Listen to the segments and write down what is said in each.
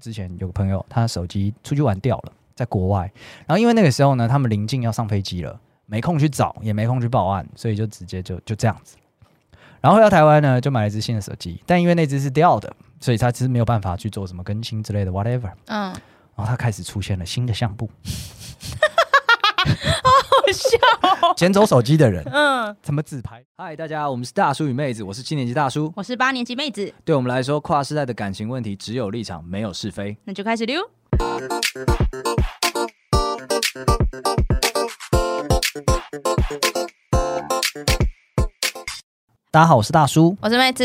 之前有个朋友，他手机出去玩掉了，在国外。然后因为那个时候呢，他们临近要上飞机了，没空去找，也没空去报案，所以就直接就就这样子。然后回到台湾呢，就买了一只新的手机，但因为那只是掉的，所以他其实没有办法去做什么更新之类的，whatever。嗯，然后他开始出现了新的 相簿，好笑，捡走手机的人嗯，怎么自拍？嗨，大家，我们是大叔与妹子，我是七年级大叔。我是八年级妹子，对我们来说，跨世代的感情问题只有立场，没有是非。那就开始溜。大家好，我是大叔。我是妹子，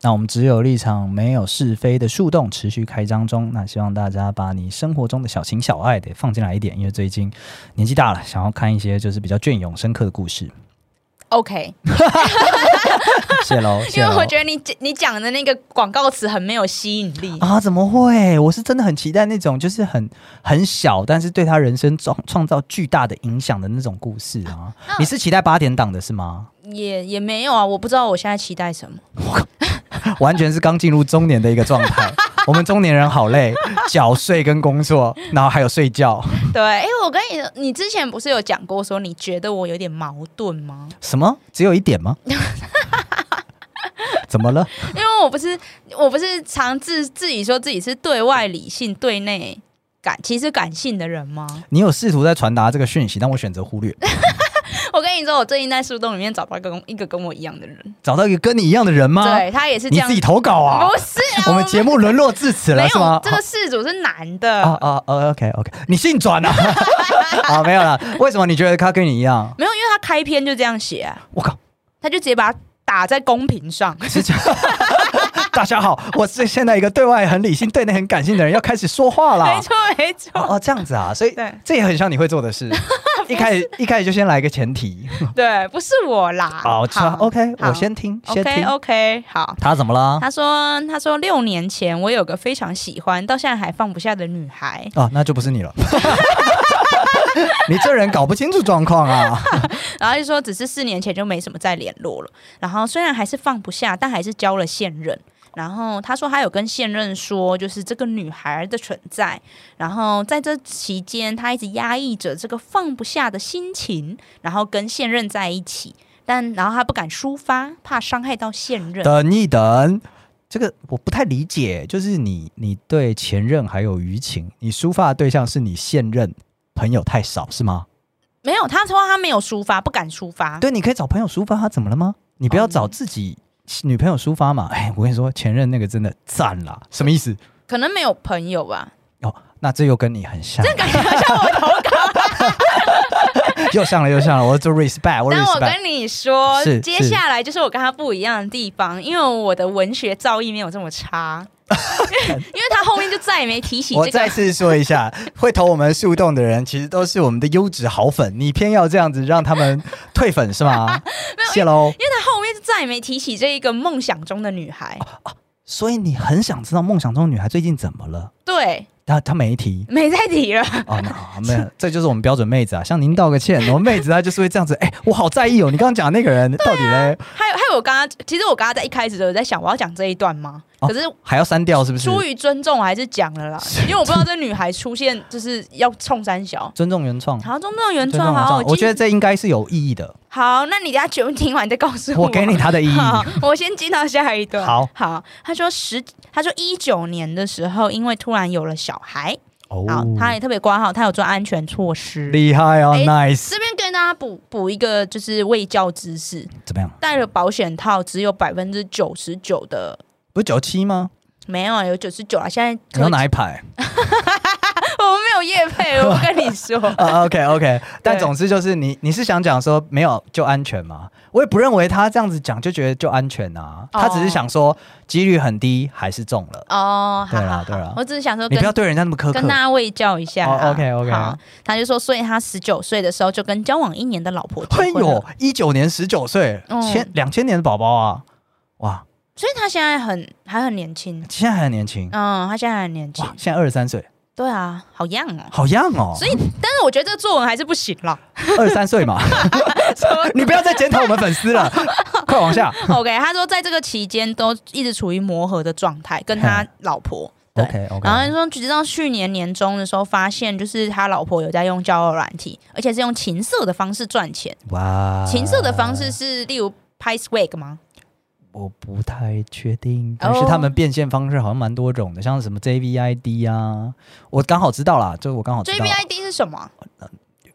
那我们只有立场，没有是非的树洞持续开张中。那希望大家把你生活中的小情小爱得放进来一点，因为最近年纪大了，想要看一些就是比较隽永深刻的故事。 OK，谢喽，谢哦因为喽我。觉得你你讲的那个广告词很没有吸引力。啊，怎么会？我是真的很期待那种就是很很小，但是对他人生创创造巨大的影响的那种故事啊。你是期待八点档的是吗？也也没有啊，我不知道我现在期待什么。完全是刚进入中年的一个状态。我们中年人好累，缴税跟工作，然后还有睡觉。对，因为哎我跟你说，你之前不是有讲过说你觉得我有点矛盾吗？什么？只有一点吗？ 怎么了？因为我不是我不是常自自己说自己是对外理性，对内感其实感性的人吗？你有试图在传达这个讯息，但我选择忽略。我跟你说，我最近在树洞里面找到一个跟一个跟我一样的人，找到一个跟你一样的人吗？对他也是这啊你样自己投稿啊！不是啊，我们节目沦落至此没了，是吗有？这个事主是男的，啊啊啊！OK OK，你姓转 啊？啊，没有啦。为什么你觉得他跟你一样？没有，因为他开篇就这样写、啊，我靠，他就直接把它打在公屏上。是 这样。大家好，我是现在一个对外很理性、对内很感性的人，要开始说话啦。没错，没错，哦哦，这样子啊，所以对这也很像你会做的 事。一开始一开始就先来一个前提，对，不是我啦。哦好，差 OK，好我先听，先 OK 哦听。哦 OK，好。他怎么了？他说：“他说六年前我有个非常喜欢，到现在还放不下的女孩。哦，那就不是你了。 你这人搞不清楚状况啊！然后就说只是四年前就没什么再联络了。然后虽然还是放不下，但还是交了现任。然后他说他有跟现任说，就是这个女孩的存在。然后在这期间，他一直压抑着这个放不下的心情，然后跟现任在一起。但然后他不敢抒发，怕伤害到现任。等一等，这个我不太理解，就是你你对前任还有余情，你抒发的对象是你现任朋友太少是吗？没有，他说他没有抒发，不敢抒发。对，你可以找朋友抒发，怎么了吗？你不要找自己女朋友抒发嘛。哎，我跟你说，前任那个真的赞啦，什么意思？可能没有朋友吧。哦，那这又跟你很像，感觉像我投稿， 又像了又像了，我做 respect，我但我 respect。跟你说是，接是下来就是我跟他不一样的地方，因为我的文学造诣没有这 么差，因为他后面就再也没提起我这再个。次说一下， 会投我们树洞的人，其实都是我们的优质好粉，你偏要这样子让他们退粉是 吗？谢喽。因为他后面就再也没提起这一个梦想中的女哦孩，所以你很想知道梦想中的女孩最近怎么了？对，她她没提没再提了。哦，那好没 有，这就是我们标准妹子啊，向您道个歉。我们妹子她就是会这样子，哎、我好在意哦，你刚刚讲的那个人啊到底嘞，还有还有，我刚刚其实我刚刚在一开始有在想，我要讲这一段吗？哦可是还要删掉是不是？出于尊重，我还是讲了啦，因为我不知道这女孩出现就是要冲三小。尊重原创，好，尊重原尊创，原好，我觉得记这应该是有意义的。好，那你等一下全部听完再告诉我 给你它的意义。好，我先进到下一段。好好，他说十，他说一九年的时候，因为突然有了小孩，哦好，他也特别挂号，他有做安全措施。厉害哦、哎 n i c 这边跟大家补补一个就是卫教知识， e 怎么样？戴了保险套只有百分之九十九的。不是九七吗？没有啊，有九十九啊！现在你我要 们哪一排？没有业配，我不跟你 说，啊、o k OK，但对总之就是你你是想讲说没有就安全吗？我也不认为他这样子讲就觉得就安全啊，哦他只是想说几率很低，还是中了。哦，好对啦好对啦好，我只是想说你跟不要对人家那么苛刻跟大。家卫教一下啦。哦，OK，OK 好他就说，所以他十九岁的时候就跟交往一年的老婆结哎婚了呦，一九年十九岁，嗯千两千年的宝宝啊，哇，所以他现在很还很年轻，现在还很年轻，嗯，他现在还很年轻哇，，现在二十三岁，对啊，好样哦。好样哦，所以，但是我觉得这个作文还是不行 了。二十三岁 嘛，你不要再检讨我们粉丝了，快往下， OK，他说在这个期间都一直处于磨合的状态，跟他老婆，对 OK OK，然后就说，直到去年年中的时候，发现就是他老婆有在用交友软体，而且是用情色的方式赚钱。哇，情色的方式是例如拍 swag 吗？我不太确定，但是他们变现方式好像蛮多种的，像什么 JVID 啊，我刚好知道啦，就我刚好知道， JVID 是什么？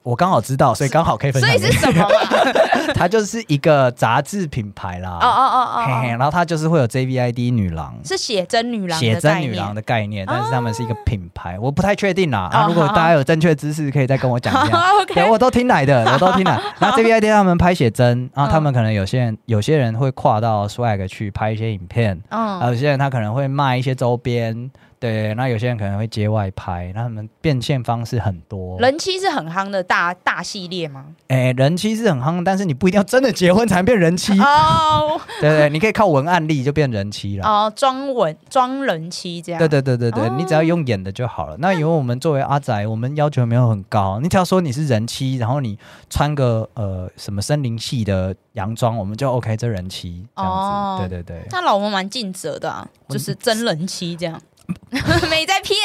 我刚好知道，所以刚好可以分所享以给你。是什么嘛？它就是一个杂志品牌啦， 哦哦嘿哦嘿，哦哦，然后它就是会有 JVID 女郎。是写真女郎写的真概女郎念。啊的概念，但是他们是一个品牌，我不太确定啦。啊，哦如果好大家有正确知识，可以再跟我讲一下。 对， OK，我都听来的， 我都听来。那 JVID 他们拍写真，嗯然后他们可能有些人有些人会跨到 swag 去拍一些影片，啊，嗯，有些人他可能会卖一些周边，对，那有些人可能会接外拍，那他们变现方式很多。人妻是很夯的大大系列吗？哎、人妻是很夯，但是你不一定要真的结婚才变人妻， 哦对对，你可以靠文案力就变人妻了。哦，装文装人妻这样。对对对对对，哦你只要用演的就好了。那因为我们作为阿仔，我们要求没有很高，你只要说你是人妻，然后你穿个呃什么森林系的洋装，我们就 OK，这人妻这样子。哦对对对，她老婆蛮尽责的、啊，就是真人妻这样， 没在骗。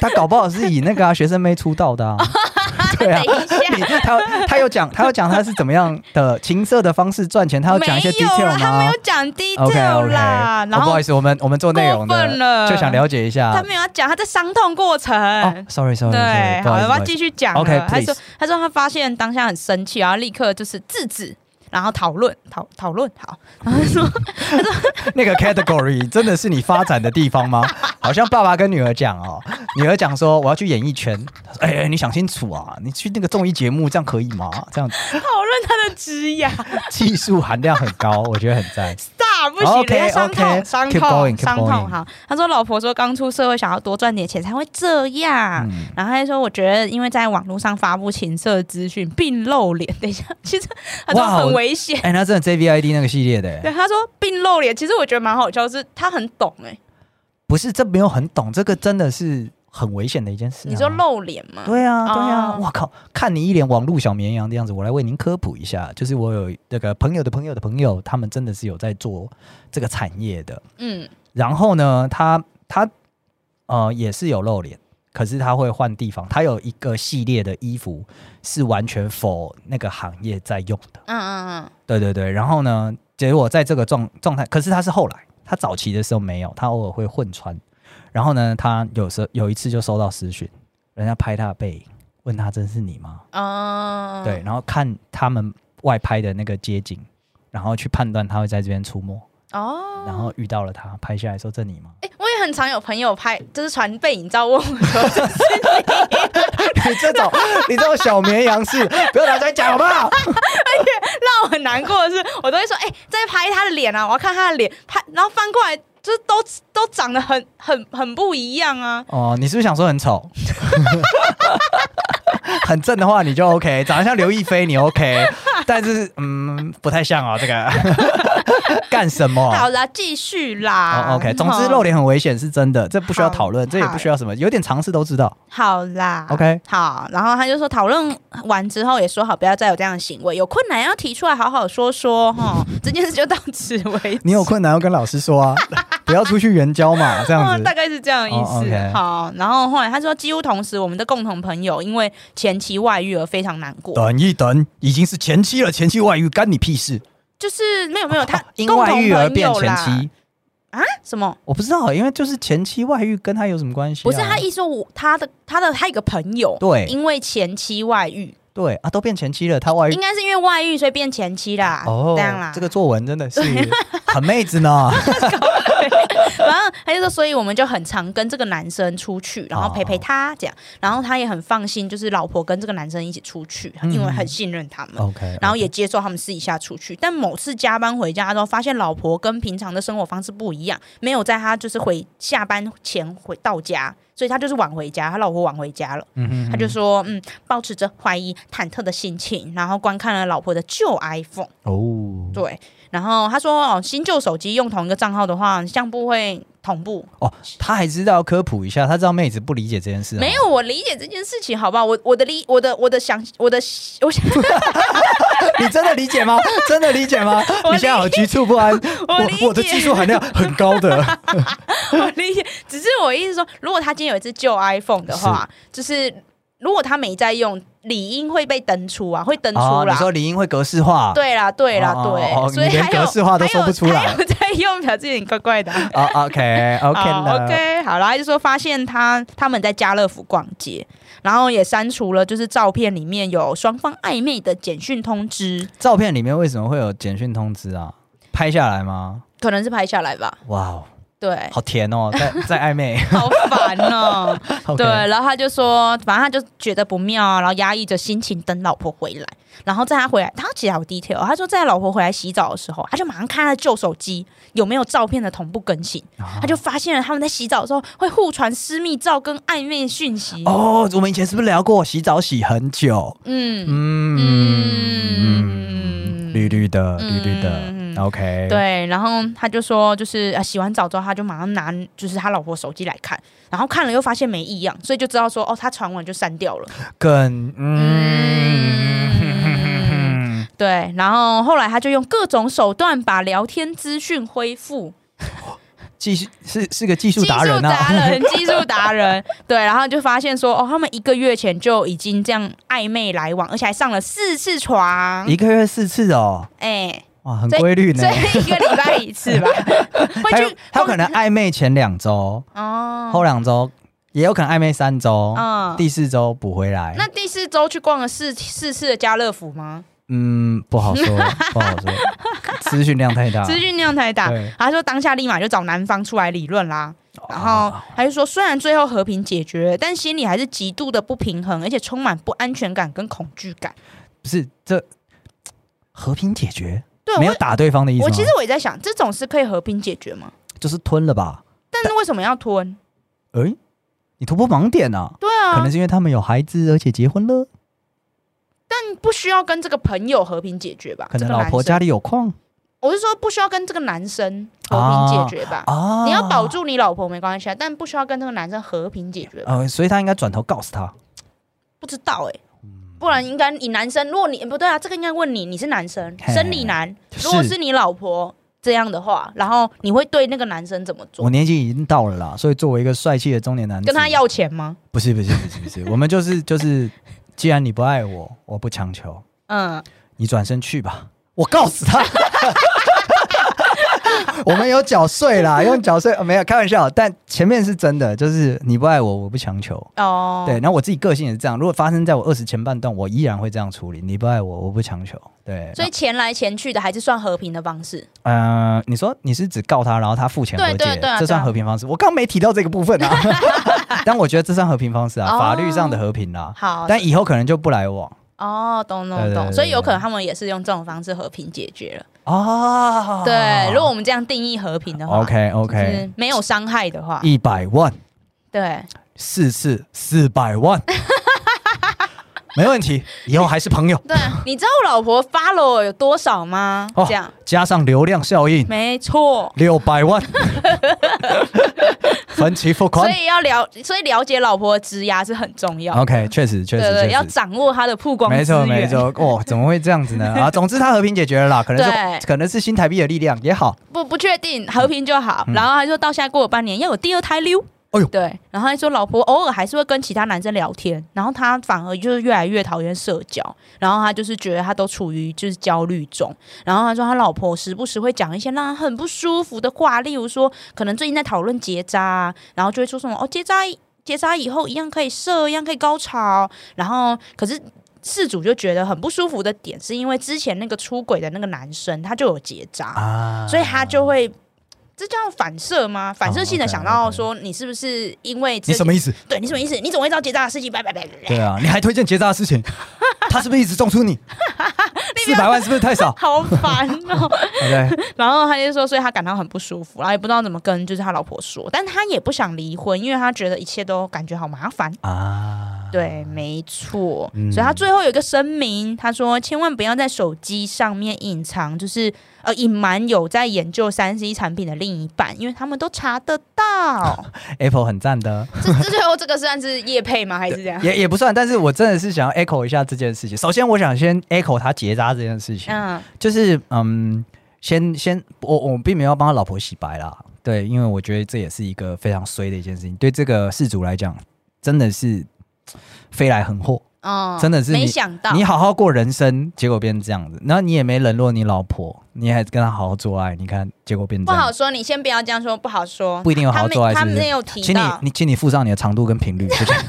他搞不好是以那 个、啊、学生妹出道的啊。对啊，等一你下，他他有讲，他有讲他是怎么样的情色的方式赚钱，他有讲一些没有啦 detail 他没吗有讲？OK detail OK，啦。然不后好意思，我们我们做内容过分的了就想了解一下他。没有要讲，他在伤痛过程。哦，sorry sorry，对，好了，我要继续。续讲 OK，了。他 please 说，他说他发现当下很生气，然后立刻就是制止，然后讨论讨讨论好。然后他说， 那个 category 真的是你发展的地方 吗？好像爸爸跟女儿讲哦，女儿讲说我要去演艺圈，他说哎、哎你想清楚啊，你去那个综艺节目这样可以吗？这样子讨论他的职涯，技术含量很 高，我觉得很赞。大不行 OK，了，要伤 OK，痛，伤 keep going，keep 痛，伤 going 痛。好，他说老婆说刚出社会想要多赚点钱才会这样，嗯然后他就说我觉得因为在网络上发布情色资讯并露脸，等 一下，其实他说哇哦很危险。哎、那真的 JVID 那个系列的、对，他说并露脸，其实我觉得蛮好笑，是他很懂哎、不是，这没有很懂，这个真的是很危险的一件事、啊。你说露脸吗？对啊，对啊，哦我、靠！看你一脸网络小绵羊的样子，我来为您科普一下。就是我有那个朋友的朋友的朋友，他们真的是有在做这个产业的。嗯，然后呢，他他呃也是有露脸，可是他会换地方。他有一个系列的衣服是完全否那个行业在用的。嗯嗯嗯，对对对。然后呢，结果在这个状状态，可是他是后来，他早期的时候没有，他偶尔会混穿。然后呢，他有时候有一次就收到私讯，人家拍他的背影，问他真是你吗？哦，对，，然后看他们外拍的那个街景，然后去判断他会在这边出没，哦，然后遇到了他，拍下来说这你吗？哎、我也很常有朋友拍，就是传背影照问我说，你这 种你这种小绵羊是不要拿出来讲好不好？让我很难过的是，我都会说，哎、在拍他的脸啊，我要看他的脸，拍，然后翻过来，就是都都长得很很很不一样啊。哦，你是不是想说很丑？ 很正的话你就 OK，长得像刘亦菲你 OK，但是嗯不太像哦，这 个干什么？好啦，继续啦。哦，OK，总之露脸。脸很危险是真的，这不需要讨论，好这也不需要什么，有点常识都知道。好啦 OK 好。然后他就说，讨论完之后也说好，不要再有这样的行为，有困难要提出来，好好说说 哈。这件事就到此为止。你有困难要跟老师说 啊，不要出去援交嘛，这样嗯，子大。概是这样的意哦思。 ，OK 好，然后后来他说，几乎同时，我们的共同朋友因为前妻外遇而非常难过，等一等，已经是前妻了，前妻外遇干你屁事？啊就是没有没有哦他哦因共同外遇而朋变友前啦妻？啊？什么？我不知道，因为就是前妻外遇跟他有什么关系啊、不是他一说我他的他的他有个朋友，对因为前妻外遇，对啊，都变前妻了，他外遇应该是因为外遇所以变前妻啦，哦这样啦，，这个作文真的 是很妹子呢。然后他就说，所以我们就很常跟这个男生出去，然后哦陪陪他这样，然后他也很放心，就是老婆跟这个男生一起出去，嗯哦因为很信任他们。 OK，然后也接受他们私底下出去，但某次加班回家之后，发现老婆跟平常的生活方式不一样，没有在他就是回下班前回到家，所以他就是晚回家，他老婆晚回家了。嗯哼他就说，嗯，保持着怀疑、忐忑的心情，然后观看了老婆的旧 iPhone。哦对，然后他说，哦，新旧手机用同一个账号的话，相簿会同步。哦，他还知道科普一下，他知道妹子不理解这件事、啊没， 有，我理解这件事情，好不好？我我的理，我的我的想，我的我想，你真的理解 吗？真的理解吗？我你现在好局促不安，我理我我的解技术含量很高 的。我理解，只是我意思说，如果他今天有一只旧 iPhone 的话，就是如果他没在用，理应会被登出啊，会登出哦，你啦。说理应会格式化？对啦，对啦，哦对，哦所以你连还有格式化都还有说不出来还有在用，表示有点怪怪的啊、啊，OK，OK 好了。哦 OK，好啦，就说发现他他们在家乐福逛街，然后也删除了就是照片里面有双方暧昧的简讯通知，照片里面为什么会有简讯通知啊？拍下来吗？可能是拍下来吧。哇哦，对，好甜哦，在在暧昧。 好烦哦、 OK 对，然后他就说，反正他就觉得不妙啊，然后压抑着心情等老婆回来。然后在他回来，他其实还有 detail，他说在他老婆回来洗澡的时候，他就马上看他的旧手机有没有照片的同步更新，他就发现了他们在洗澡的时候会互传私密照跟暧昧讯息。哦，我们以前是不是聊过洗澡洗很久？嗯，嗯，嗯绿绿的，绿绿嗯的，OK，，对。然后他就说，就是、呃、洗完澡之后，他就马上拿就是他老婆手机来看，然后看了又发现没异样，所以就知道说哦，他传完就删掉了。 更嗯嗯，对，然后后来他就用各种手段把聊天资讯恢复。技术是是个技术技达术人达啊，人，技术达人，对，然后就发现说，哦，他们一个月前就已经这样暧昧来往，而且还上了四次 床，一个月四次哦，哎，哇，很规律呢所。以一个礼拜一次吧，会还有去他有可能暧昧前两周，哦，后两周也有可能暧昧三周，嗯，第四周补回来。那第四周去逛了四四次的家乐福吗？嗯，不 好说，不好说，资讯量太大。资讯量太大啊对，他说当下立马就找男方出来理论啦。然后哦他就说，虽然最后和平解决，但心里还是极度的不平衡，而且充满不安全感跟恐惧感。不是这和平解决，对，没 我有打对方的意思吗。我其实我也在想，这种是可以和平解决吗？就是吞了吧？但是为什么要吞？诶，你突破盲点啊！对可能啊，是因为他们有孩子，而且结婚了，不需要跟这个朋友和平解决吧？可这能个老婆男生家里有矿我是说不需要跟这个男生和平解决吧？啊。你要保住你老婆没关系啊，但不需要跟这个男生和平解决吧？呃，所以他应该转头告诉他，不知道哎、嗯不然应该你男生，如果你不对啊，这个应该问你，你是男生，嘿生理男，是如果是你老婆这样的话，然后你会对那个男生怎么我做？年纪已经到了啦，所以作为一个帅气的中年男子，跟他要钱吗？不是不是不是不是，我们 就是就是，既然你不爱我，我不强求，嗯，你转身去吧，我告死 他。我们有缴税啦，用缴税、呃没有开玩笑，但前面是真的，就是你不爱我，我不强求。哦，对，，然后我自己个性也是这样，如果发生在我二十前半段，我依然会这样处理。你不爱我，我不强求。对，所以钱来钱去的还是算和平的方式。呃，你说你是只告他，然后他付钱和解，对对对啊这算对啊和平方式？我刚没提到这个部分 啊，但我觉得这算和平方式啊，哦法律上的和平啦、好，但以后可能就不来往哦，懂对懂对懂，对所以有对可能他们也是用这种方式和平解决了。啊。哦对，如果我们这样定义和平的话 OK 就 OK，是没有伤害的话，哦一百万对，四次四百 万，没问题，以后还是朋友， 对，你知道我老婆 follow 我有多少吗？哦这样，加上流量效应没错。六百 万，分期付所款。以要了，所以了解老婆的职涯是很重要。 OK，确实哦确对实对，确要实。掌握她的曝光没资错源。没错，哦，怎么会这样子呢？ 啊，总之他和平解决了啦，可能对是可能是新台币的力量也好，不不确定，和平就好。嗯然后他说到现在过了半年，要有第二胎溜。哎呦对，然后他说老婆偶尔还是会跟其他男生聊天，然后他反而就是越来越讨厌社交，然后他就是觉得他都处于就是焦虑中，然后他说他老婆时不时会讲一些让他很不舒服的话，例如说可能最近在讨论结扎啊，然后就会说什么哦结扎结扎以后一样可以射，一样可以高潮，然后可是。事主就觉得很不舒服的点，是因为之前那个出轨的那个男生，他就有结扎啊，哦所以他就会。这叫反射吗？反射性的 OK，想到 OK 说，你是不是因为这你什么意思？对你什么意思？你怎么会知道结扎的事情？拜拜拜拜拜拜，对 啊，你还推荐结扎的事情，他是不是一直中出你？四百万是不是太 少好烦哦。 ？OK，然后他就说，所以他感到很不舒服，然后也不知道怎么跟就是他老婆说，但他也不想离婚，因为他觉得一切都感觉好麻烦。啊，对，没错。嗯所以他最后有一个声明，他说千万不要在手机上面隐藏，就是呃隐瞒有在研究三 C 产品的另一半，因为他们都查得到。 Apple 很赞的，这这最后这个算 是业配吗？还是这样？也也不算，但是我真的是想要 echo 一下这件事情。首先，我想先 echo 他结扎这件事情，嗯，就是嗯，先先我我并没有帮他老婆洗白啦，对，因为我觉得这也是一个非常衰的一件事情，对这个事主来讲，真的是飞来横祸。哦真的是没你想到你好好过人生，结果变这样子，然后你也没冷落你老婆，你还跟她好好做爱，你看结果变不这样好，说，你先不要这样说，不好说。不一定有好他好没做爱，他是不没是？有提请你到，你请你附上你的长度跟频率，就 这样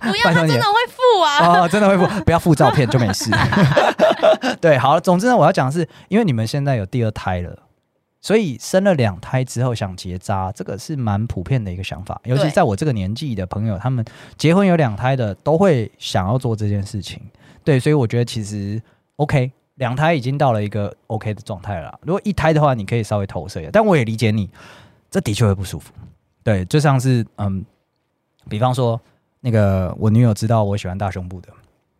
不要拜他托真你的了会付啊。哦，真的会不不要附照片就没事。 对，好，总之呢，我要讲的是，因为你们现在有第二胎了，所以生了两胎之后想结扎，这个是蛮普遍的一个想法，尤其对在我这个年纪的朋友，他们结婚有两胎的都会想要做这件事情。对，所以我觉得其实 OK。两胎已经到了一个 OK 的状态了啦。如果一胎的话，你可以稍微投射一下，但我也理解你，这的确会不舒服。对，就像是嗯，比方说那个我女友知道我喜欢大胸部的，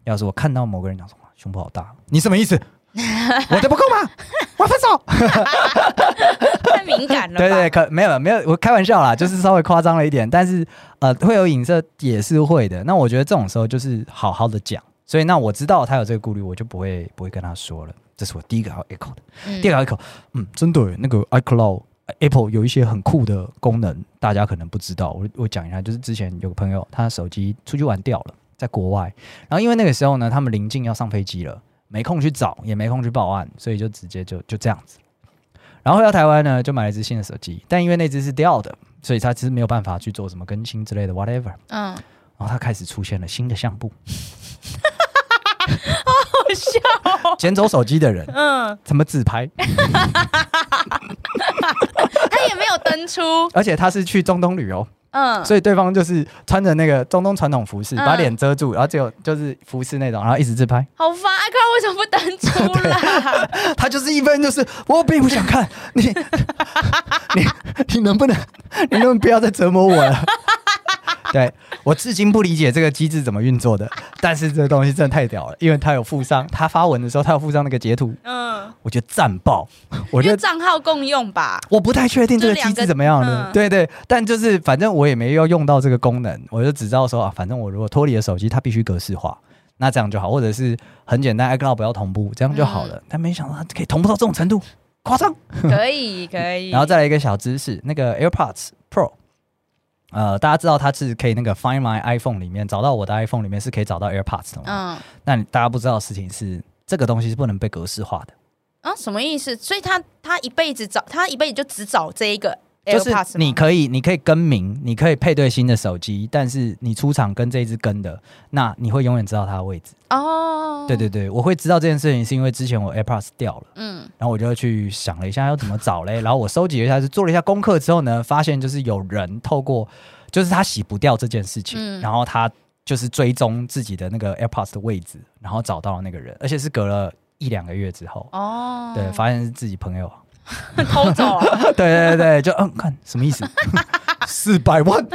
要是我看到某个人讲说哇胸部好大，你什么意思？我的不够 吗？我要分手？ 太敏感了吧？对对，可没有没有，我开玩 笑啦，就是稍微夸张了一点，但是呃，会有影射也是会的。那我觉得这种时候就是好好的讲，所以那我知道他有这个顾虑，我就不会不会跟他说了。这是我第一个要 echo 的，嗯第二个要 echo，嗯，真的耶那个 iCloud。Apple 有一些很酷的功能，大家可能不知道。我我讲一下，就是之前有个朋友，他手机出去玩掉了，在国外。然后因为那个时候呢，他们临近要上飞机了，没空去找，也没空去报案，所以就直接就就这样子。然后回到台湾呢，就买了一只新的手机，但因为那只是掉的，所以他其实没有办法去做什么更新之类的，whatever。嗯，好然后他开始出现了新的相簿，笑。捡走手机的人嗯，怎么自拍，他也没有登出。而且他是去中东旅游， 嗯，所以对方就是穿着那个中东传统服饰，嗯把脸遮住，然后只有就是服饰那种，然后一直自拍。好烦啊！看为什么不登 出啦？他就是一分就是我并不想看你， 你你能不能你能不能不要再折磨我了？ 对我至今不理解这个机制怎么运作的，但是这东西真的太屌了，因为他有附上他发文的时候，他有附上那个截图，嗯，我觉得赞爆，我因觉得。为账号共用吧。 我不太确定这个机制怎么样就两呢？个嗯对对，但就是反正我也没有用到这个功能，我就只知道说啊，反正我如果脱离了手机，它必须格式化，那这样就好，或者是很简单，iCloud 哎不要同步，这样就好嗯了。但没想到它可以同步到这种程度，夸张。可以可以。然后再来一个小知识，那个 AirPods Pro，呃，大家知道它是可以那个 Find My iPhone 里面找到我的 iPhone 里面是可以找到 AirPods 的嘛？嗯那你大家不知道的事情是，这个东西是不能被格式化的。啊，什么意思？所以他他一辈子找他一辈子就只找这一个就是，AirPods 你吗可以，你可以更名，你可以配对新的手机，但是你出厂跟这一只跟的，那你会永远知道它的位置。哦，对对对，我会知道这件事情是因为之前我 AirPods 掉了，嗯，然后我就去想了一下要怎么找嘞， 然后我收集了一下，是做了一下功课之后呢，发现就是有人透过，就是他洗不掉这件事情，嗯然后他就是追踪自己的那个 AirPods 的位置，然后找到了那个人，而且是隔了一两个月之后，哦，对，发现是自己朋友。偷走啊 对对对对，就嗯，看什么 意思？四百万。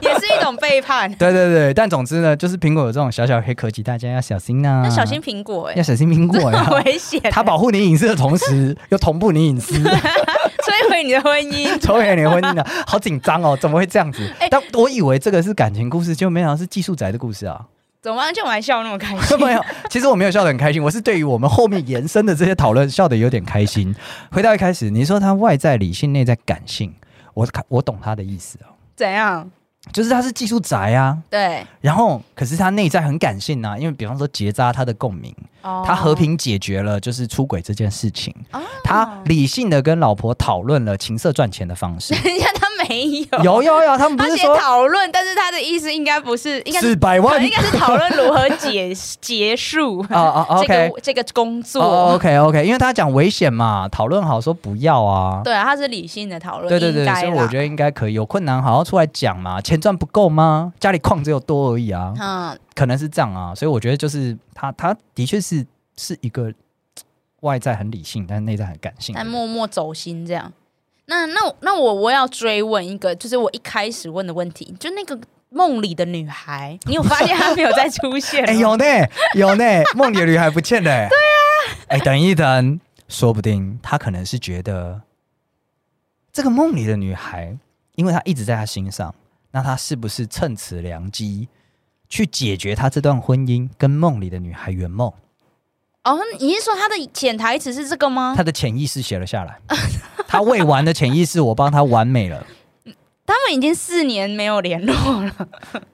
也是一种背叛。对对对，但总之呢，就是苹果有这种小小黑科技，大家要小心呐、那小心苹果哎要，小心苹果 呀、很危险欸，它保护你隐私的同时，又同步你隐私， 摧毁你的婚姻。摧毁你的婚姻啊！好紧张哦，怎么会这样子？哎但我以为这个是感情故事，结果没想到是技术宅的故事啊！ 怎么就玩笑那么开心？没有，其实我没有笑得很开心，我是对于我们后面延伸的这些讨论笑得有点开心。回到一开始，你说它外在理性，内在感性，我看我懂他的意思哦，怎样？就是他是技术宅啊，对，然后可是他内在很感性啊，因为比方说结扎他的共鸣。哦他和平解决了就是出轨这件事情，哦他理性的跟老婆讨论了情色赚钱的方 式。哦人家他没有，有有有，他们不他是写说讨论，但是他的意思应该不是，应该是四百可万能应该是讨论如何 结结束啊啊这，OK 个这个工作。哦 OK OK，因为他讲危险嘛，讨论好说不要啊。对啊，他是理性的讨论，对对对，应该所以我觉得，得应该可以。有困难好好出来讲嘛，钱赚不够吗？家里矿只有多而已啊，嗯，可能是这样啊。所以我觉得就是他，他的确是是一个外在很理性，但是内在很感性的但人。？默默走心这样。那那那我我要追问一个，就是我一开始问的问题，就那个梦里的女孩，你有发现她没有再出现 哎、有呢，有呢， 梦里的女孩不见了、对啊，哎、等一等，说不定他可能是觉得这个梦里的女孩，因为她一直在他心上，那他是不是趁此良机去解决他这段婚姻，跟梦里的女孩圆梦？哦，你是说她的潜台词是这个吗？他的潜意识写了下来，他未完的潜意识，我帮他完美了。他们已经四年没有联络 了，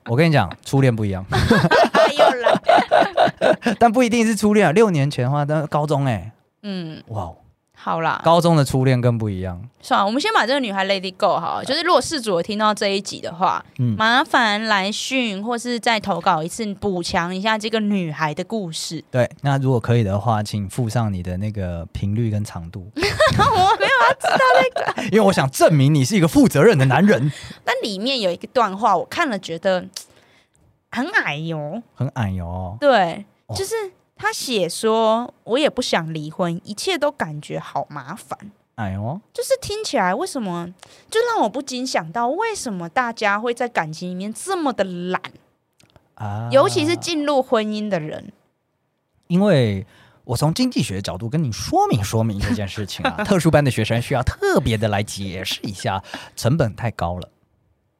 我跟你讲，初恋不一样，又来，但不一定是初恋啊。六年前的话，但高中哎、 嗯，哇哦，好啦，高中的初恋更不一样。算了，我们先把这个女孩 Lady Go 好了，就是如果事主有听到这一集的话，嗯麻烦来讯或是再投稿一次，补强一下这个女孩的故事。对，那如果可以的话，请附上你的那个频率跟长度， 我没有，因为我想证明你是一个负责任的男人。 那里面有一个段话，我看了觉得很矮油，很矮哦，对，哦就是他写说，我也不想离婚，一切都感觉好麻烦。矮哦，就是听起来为什么就让我不禁想到，为什么大家会在感情里面这么的懒，啊，尤其是进入婚姻的人。因为我从经济学的角度跟你说明说明这件事情 啊，特殊班的学生需要特别的来解释一下，成本太高了。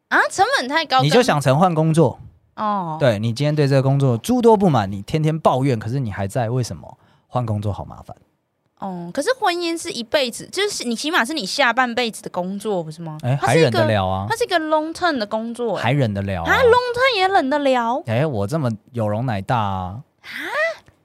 啊，成本太高跟，你就想成换工作，哦，对你今天对这个工作诸多不满，你天天抱怨，可是你还在，为什么？换工作好麻烦。哦，可是婚姻是一辈子，就是你起码是你下半辈子的工作，不是吗？哎，它还是一忍得个，了啊它？是一个 long term 的工作，哎还忍得了啊啊，long term 也忍得了，啊哎、我这么有容乃大啊！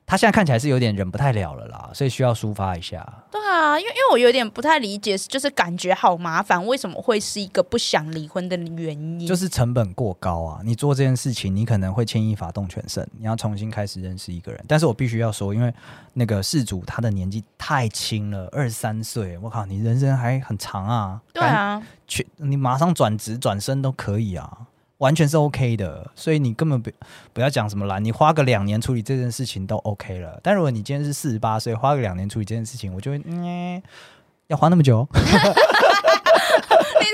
他现在看起来是有点忍不太了了啦，所以需要抒发一下。对啊，因为因为我有点不太理解，就是感觉好麻烦，为什么会是一个不想离婚的原因？就是成本过高啊！你做这件事情，你可能会牵一发动全身，你要重新开始认识一个人。但是我必须要说，因为那个事主他的年纪太轻了，二十三岁，我靠，你人生还很长啊！对啊，去你马上转职转身都可以啊，完全是 OK 的。所以你根本不不要讲什么懒，你花个两年处理这件事情都 OK 了。但如果你今天是四十八岁，花个两年处理这件事情，我就会嗯、要花那么久？你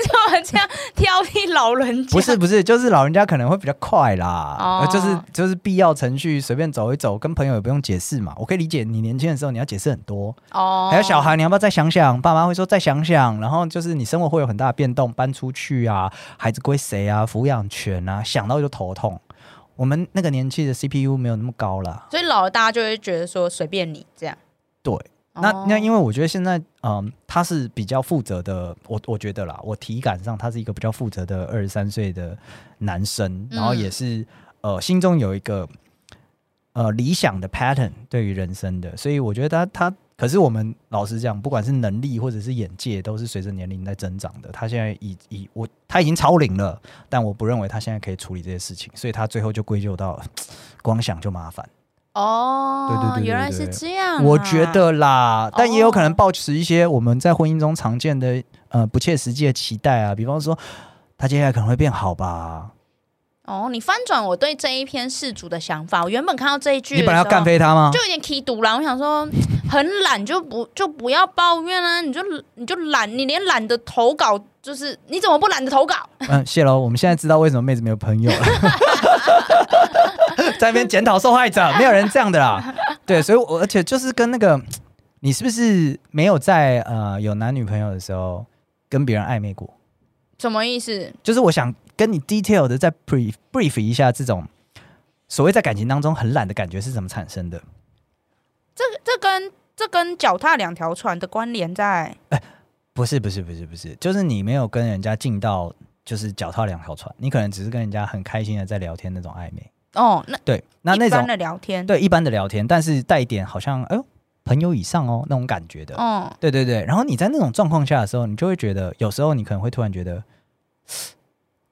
怎么这样挑剔老人家？不是不是，就是老人家可能会比较快啦，哦呃就是就是必要程序随便走一走，跟朋友也不用解释嘛。我可以理解你年轻的时候你要解释很多，哦，还有小孩，你要不要再想想？爸妈会说再想想，然后就是你生活会有很大的变动，搬出去啊，孩子归谁啊，抚养权啊，想到就头痛。我们那个年纪的 CPU 没有那么高啦。所以老了大家就会觉得说随便你这样。对，那那因为为我觉得现在，嗯，他是比较负责的，我我觉得啦，我体感上他是一个比较负责的二十三岁的男生，然后嗯也是、呃心中有一个呃理想的 pattern 对于人生的，所以我觉得他他，可是我们老实讲，不管是能力或者是眼界，都是随着年龄在增长的。他现在已已我他已经超龄了，但我不认为他现在可以处理这些事情，所以他最后就归咎到光想就麻烦。哦，对对对对原来是这样、啊。我觉得啦，但也有可能哦抱持一些我们在婚姻中常见的呃不切实际的期待啊，比方说他接下来可能会变好吧？哦，你翻转我对这一篇事主的想法。我原本看到这一句，你本来要干，飞他吗就？有点 k 毒啦。我想说，很懒就不 就不要抱怨啊，你就你就懒，你连懒得投稿，就是你怎么不懒得投稿？嗯，谢喽，我们现在知道为什么妹子没有朋 友了，在那边检讨受害者，没有人这样的啦。对，所以我而且就是跟那个你是不是没有在呃有男女朋友的时候跟别人暧昧过？什么意思？就是我想跟你 detail 的再 brief brief 一下这种所谓在感情当中很懒的感觉是怎么产生的。这跟这跟脚踏两条船的关联在不是不是不是不是，就是你没有跟人家进到就是脚踏两条船，你可能只是跟人家很开心的在聊天那种暧昧。哦，那对，那一那般种的聊天，，对一般的聊天，但是带一点好像哎呦朋友以上哦那种感觉的。嗯，对对对，然后你在那种状况下的时候，你就会觉得有时候你可能会突然觉得，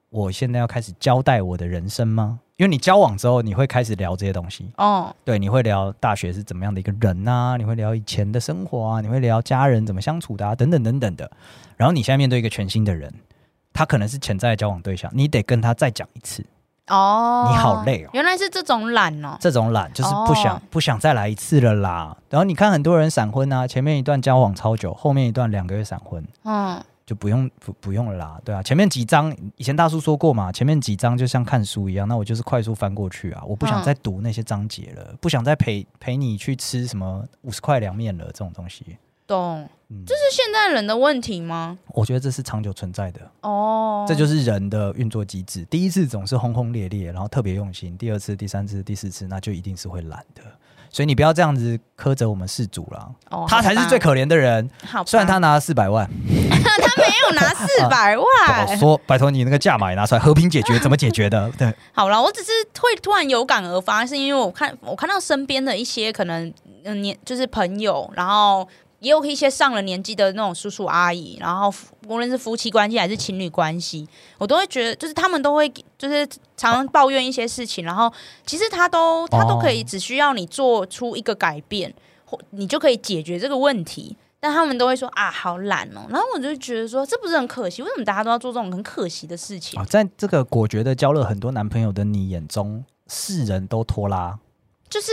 我现在要开始交代我的人生吗？因为你交往之后，你会开始聊这些东西。哦，对，你会聊大学是怎么样的一个人呐、你会聊以前的生活啊，你会聊家人怎么相处的啊，等等等等的。然后你现在面对一个全新的人，他可能是潜在的交往对象，你得跟他再讲一次。哦，你好累哦原来是这种懒哦，这种懒就是不想、哦不想再来一次了啦。然后你看很多人闪婚啊，前面一段交往超久，后面一段两个月闪婚，嗯，就不用不不用了啦，对啊，前面几章以前大叔说过嘛，前面几章就像看书一样，那我就是快速翻过去啊，我不想嗯再读那些章节了，不想再陪陪你去吃什么五十块凉面了这种东西，懂，嗯这是现代人的问题吗？我觉得这是长久存在的，哦，这就是人的运作机制。第一次总是轰轰烈烈，然后特别用心；第二次、第三次、第四次，那就一定是会懒的。所以你不要这样子苛责我们事主啦，哦他才是最可怜的人。好吧，虽然他啊拿了四百万，没有拿四 百不好万，说，拜托你那个价码也拿出来，和平解决怎么解决的？对，好了，我只是会突然有感而发，是因为我看我看到身边的一些可能嗯年就是朋友，然后也有一些上了年纪的那种叔叔阿姨，然后夫无论是夫妻关系还是情侣关系，我都会觉得就是他们都会就是常常抱怨一些事情，然后其实他都他都可以哦只需要你做出一个改变，或你就可以解决这个问题。但他们都会说啊，好懒哦。然后我就觉得说，这不是很可惜？为什么大家都要做这种很可惜的事情啊，？在这个果决的交了很多男朋友的你眼中，世人都拖拉，就是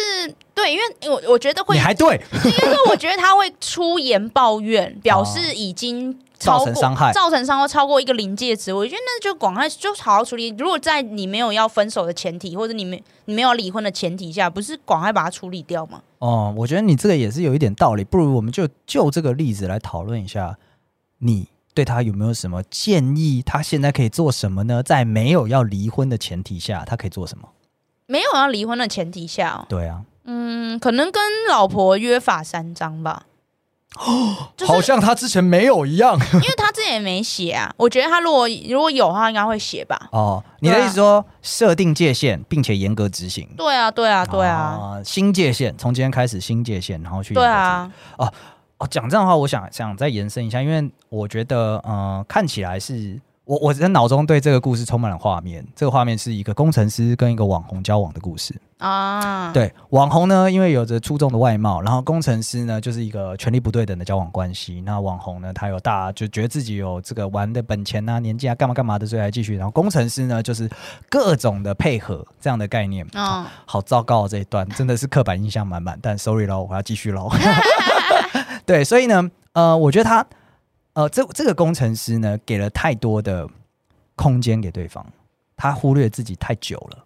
对，因为我我觉得会你还对，因为我觉得他会出言抱怨，表示已经超哦造过成伤害造成伤害超过一个临界值。我觉得那就广快就好好处理。如果在你没有要分手的前提，或者你没你没有离婚的前提下，不是广快把它处理掉吗？哦、我觉得你这个也是有一点道理，不如我们就就这个例子来讨论一下，你对他有没有什么建议？他现在可以做什么呢？在没有要离婚的前提下，他可以做什么？没有要离婚的前提下、哦，对啊，嗯，可能跟老婆约法三章吧。就是哦好像他之前没有一样因为他之前也没写啊，我觉得他如果如果有的话，应该会写吧。哦。你的对啊意思说设定界限，并且严格执行？对啊，对啊，对啊，啊新界限从今天开始新界限，然后去对严格执行啊，哦，讲这样的话，我想想再延伸一下，因为我觉得，呃，看起来是我我在脑中对这个故事充满了画面。这个画面是一个工程师跟一个网红交往的故事。啊，对，网红呢，因为有着出众的外貌，然后工程师呢，就是一个权力不对等的交往关系。那网红呢，他有大就觉得自己有这个玩的本钱啊、年纪啊、干嘛干嘛的，所以还继续。然后工程师呢，就是各种的配合这样的概念。嗯，好糟糕、哦、这一段，真的是刻板印象满满。但 sorry 喽，我要继续喽。 对，所以呢，呃，我觉得他，呃，这这个工程师呢，给了太多的空间给对方，他忽略自己太久了，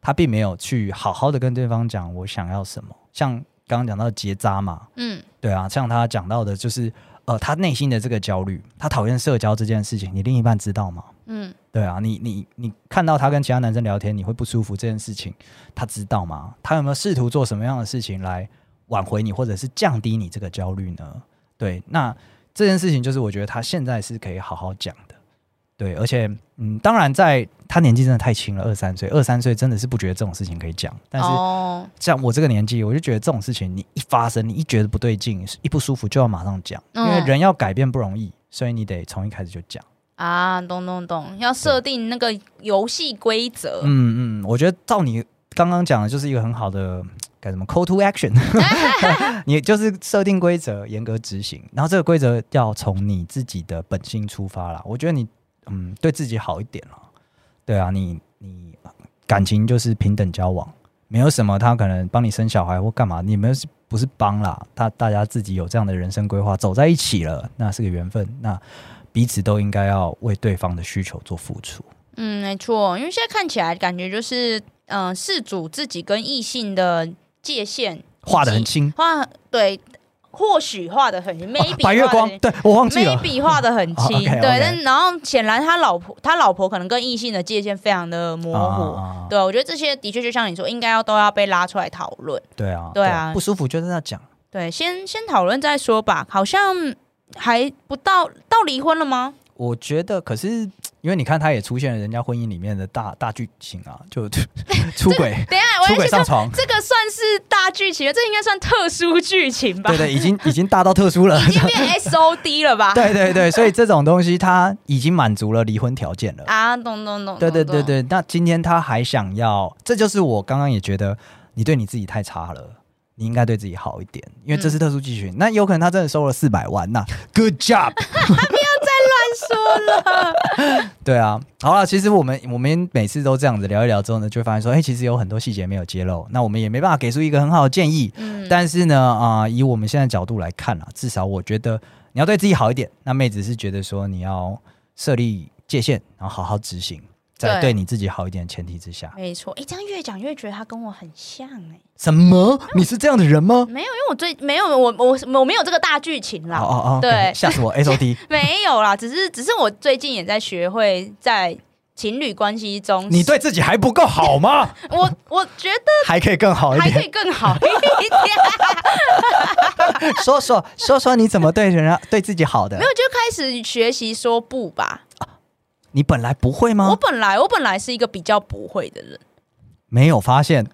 他并没有去好好的跟对方讲我想要什么。像刚刚讲到的结扎嘛，嗯，对啊，像他讲到的，就是呃，他内心的这个焦虑，他讨厌社交这件事情，你另一半知道吗？嗯，对啊，你你你看到他跟其他男生聊天，你会不舒服这件事情，他知道吗？他有没有试图做什么样的事情来挽回你，或者是降低你这个焦虑呢？对，那这件事情就是我觉得他现在是可以好好讲的。对，而且嗯，当然在他年纪真的太轻了，二三岁，二三岁真的是不觉得这种事情可以讲，但是哦，像我这个年纪，我就觉得这种事情，你一发生，你一觉得不对劲，一不舒服就要马上讲，因嗯为人要改变不容易，所以你得从一开始就讲。啊，懂懂懂，要设定那个游戏规则。嗯嗯，我觉得照你刚刚讲的，就是一个很好的该怎么 call to action，你就是设定规则，严格执行，然后这个规则要从你自己的本性出发啦。我觉得你嗯对自己好一点啦，对啊，你你感情就是平等交往，没有什么他可能帮你生小孩或干嘛，你们是不是帮啦？他大家自己有这样的人生规划，走在一起了，那是个缘分，那彼此都应该要为对方的需求做付出。嗯，没错，因为现在看起来感觉就是，嗯、呃，事主自己跟异性的界限画的很清，画，对，或许画的很，maybe 哦 白月光，对我忘记了。 maybe 画的很哦清， ，OK，OK 对，但然后显然他老婆，他老婆可能跟异性的界限非常的模糊。啊啊啊对，我觉得这些的确就像你说，应该要都要被拉出来讨论。对啊，对啊不舒服就是要讲。对，先先讨论再说吧。好像还不到到离婚了吗？我觉得，可是因为你看，他也出现了人家婚姻里面的大大剧情啊，就 出轨、等一下，我出要轨去上床， 这个算是大剧情了，这应该算特殊剧情吧？对对，已经已经大到特殊了。 已经啊变 S O D 了吧？ 对对对，所以这种东西他已经满足了离婚条件了。啊，懂懂懂，对对懂对，对，那今天他还想要，这就是我刚刚也觉得你对你自己太差了。你应该对自己好一点，因为嗯这是特殊集群。那有可能他真的收了四百万，那 good job，说了，对啊，好了，其实我们我们每次都这样子聊一聊之后呢，就会发现说，哎、其实有很多细节没有揭露，那我们也没办法给出一个很好的建议。嗯，但是呢，啊、以我们现在角度来看啊，至少我觉得你要对自己好一点。那妹子是觉得说你要设立界限，然后好好执行，在对对你自己好一点的前提之下。没错，哎，这样越讲越觉得他跟我很像哎、什么？你是这样的人吗？没有，因为我最没有我我我没有这个大剧情哦啦，哦哦，对吓死我 S O D。没有啦，只是只是我最近也在学会在情侣关系中，你对自己还不够好吗？ 我我觉还可以更好得一还可点。以更好 一点。说说说说你怎么对人家对自己好的没？有，就开始学习说不吧。你本来不会我吗？本来我本来是一个比较不会的人，没有发 现，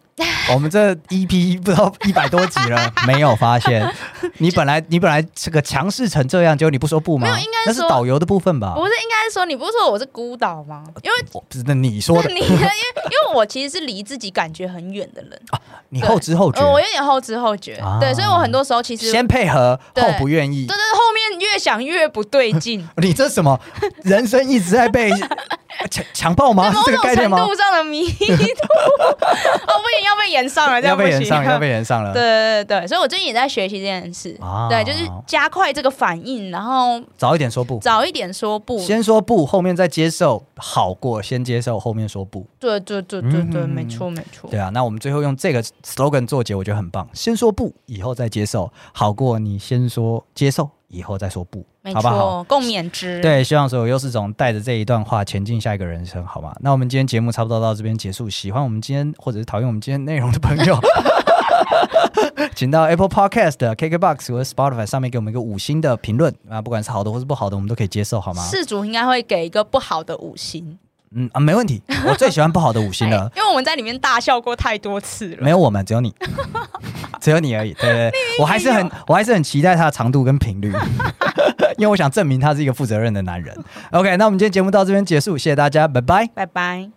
我们这 EP 不知道一百多集了，没有发现。你本来你本来是个强势成这样，结果你不说不吗？没有应该那是说导游的部分吧？不是应该说你不是说我是孤岛吗？因为我不是那你说呃的，你 因为因为我其实是离自己感觉很远的人，你后知后觉，呃，我有点后知后觉，啊对，所以我很多时候其实先配合对后不愿意对对，。对后面越想越不对劲。 你这什么人生一直在 被强强暴吗？是某这个种概念程吗？度上的迷 途，哦，不行，要被延上了，这要样不被行，人上了，要被人上了。对对对对，所以我最近也在学习这件事，啊对，就是加快这个反应，然后早一点说不，早一点说不，先说不，后面再接受，好过先接受，后面说不。对对对对对，嗯没错没错，对啊，那我们最后用这个 slogan 做结，我觉得很棒。先说不，以后再接受，好过你先说接受，以后再说不，没好不好？错，共勉之。，对，希望所有优势总带着这一段话前进下一个人生，好吗？那我们今天节目差不多到这边结束。喜欢我们今天或者是讨厌我们今天内容的朋友， 请到 Apple Podcast、KKBox 或者 Spotify 上面给我们一个五星的评论啊，不管是好的或是不好的，我们都可以接受，好吗？事主应该会给一个不好的五星，嗯啊，没问题，我最喜欢不好的五星了。因为我们在里面大笑过太多次了。啊没有我们，只 有你，只 有你而已。对对对，我还是很，我还是很期待它的长度跟频率， 因为我想证明他是一个负责任的男人。OK，那我们今天节目到这边结束，谢谢大家，拜拜。拜拜。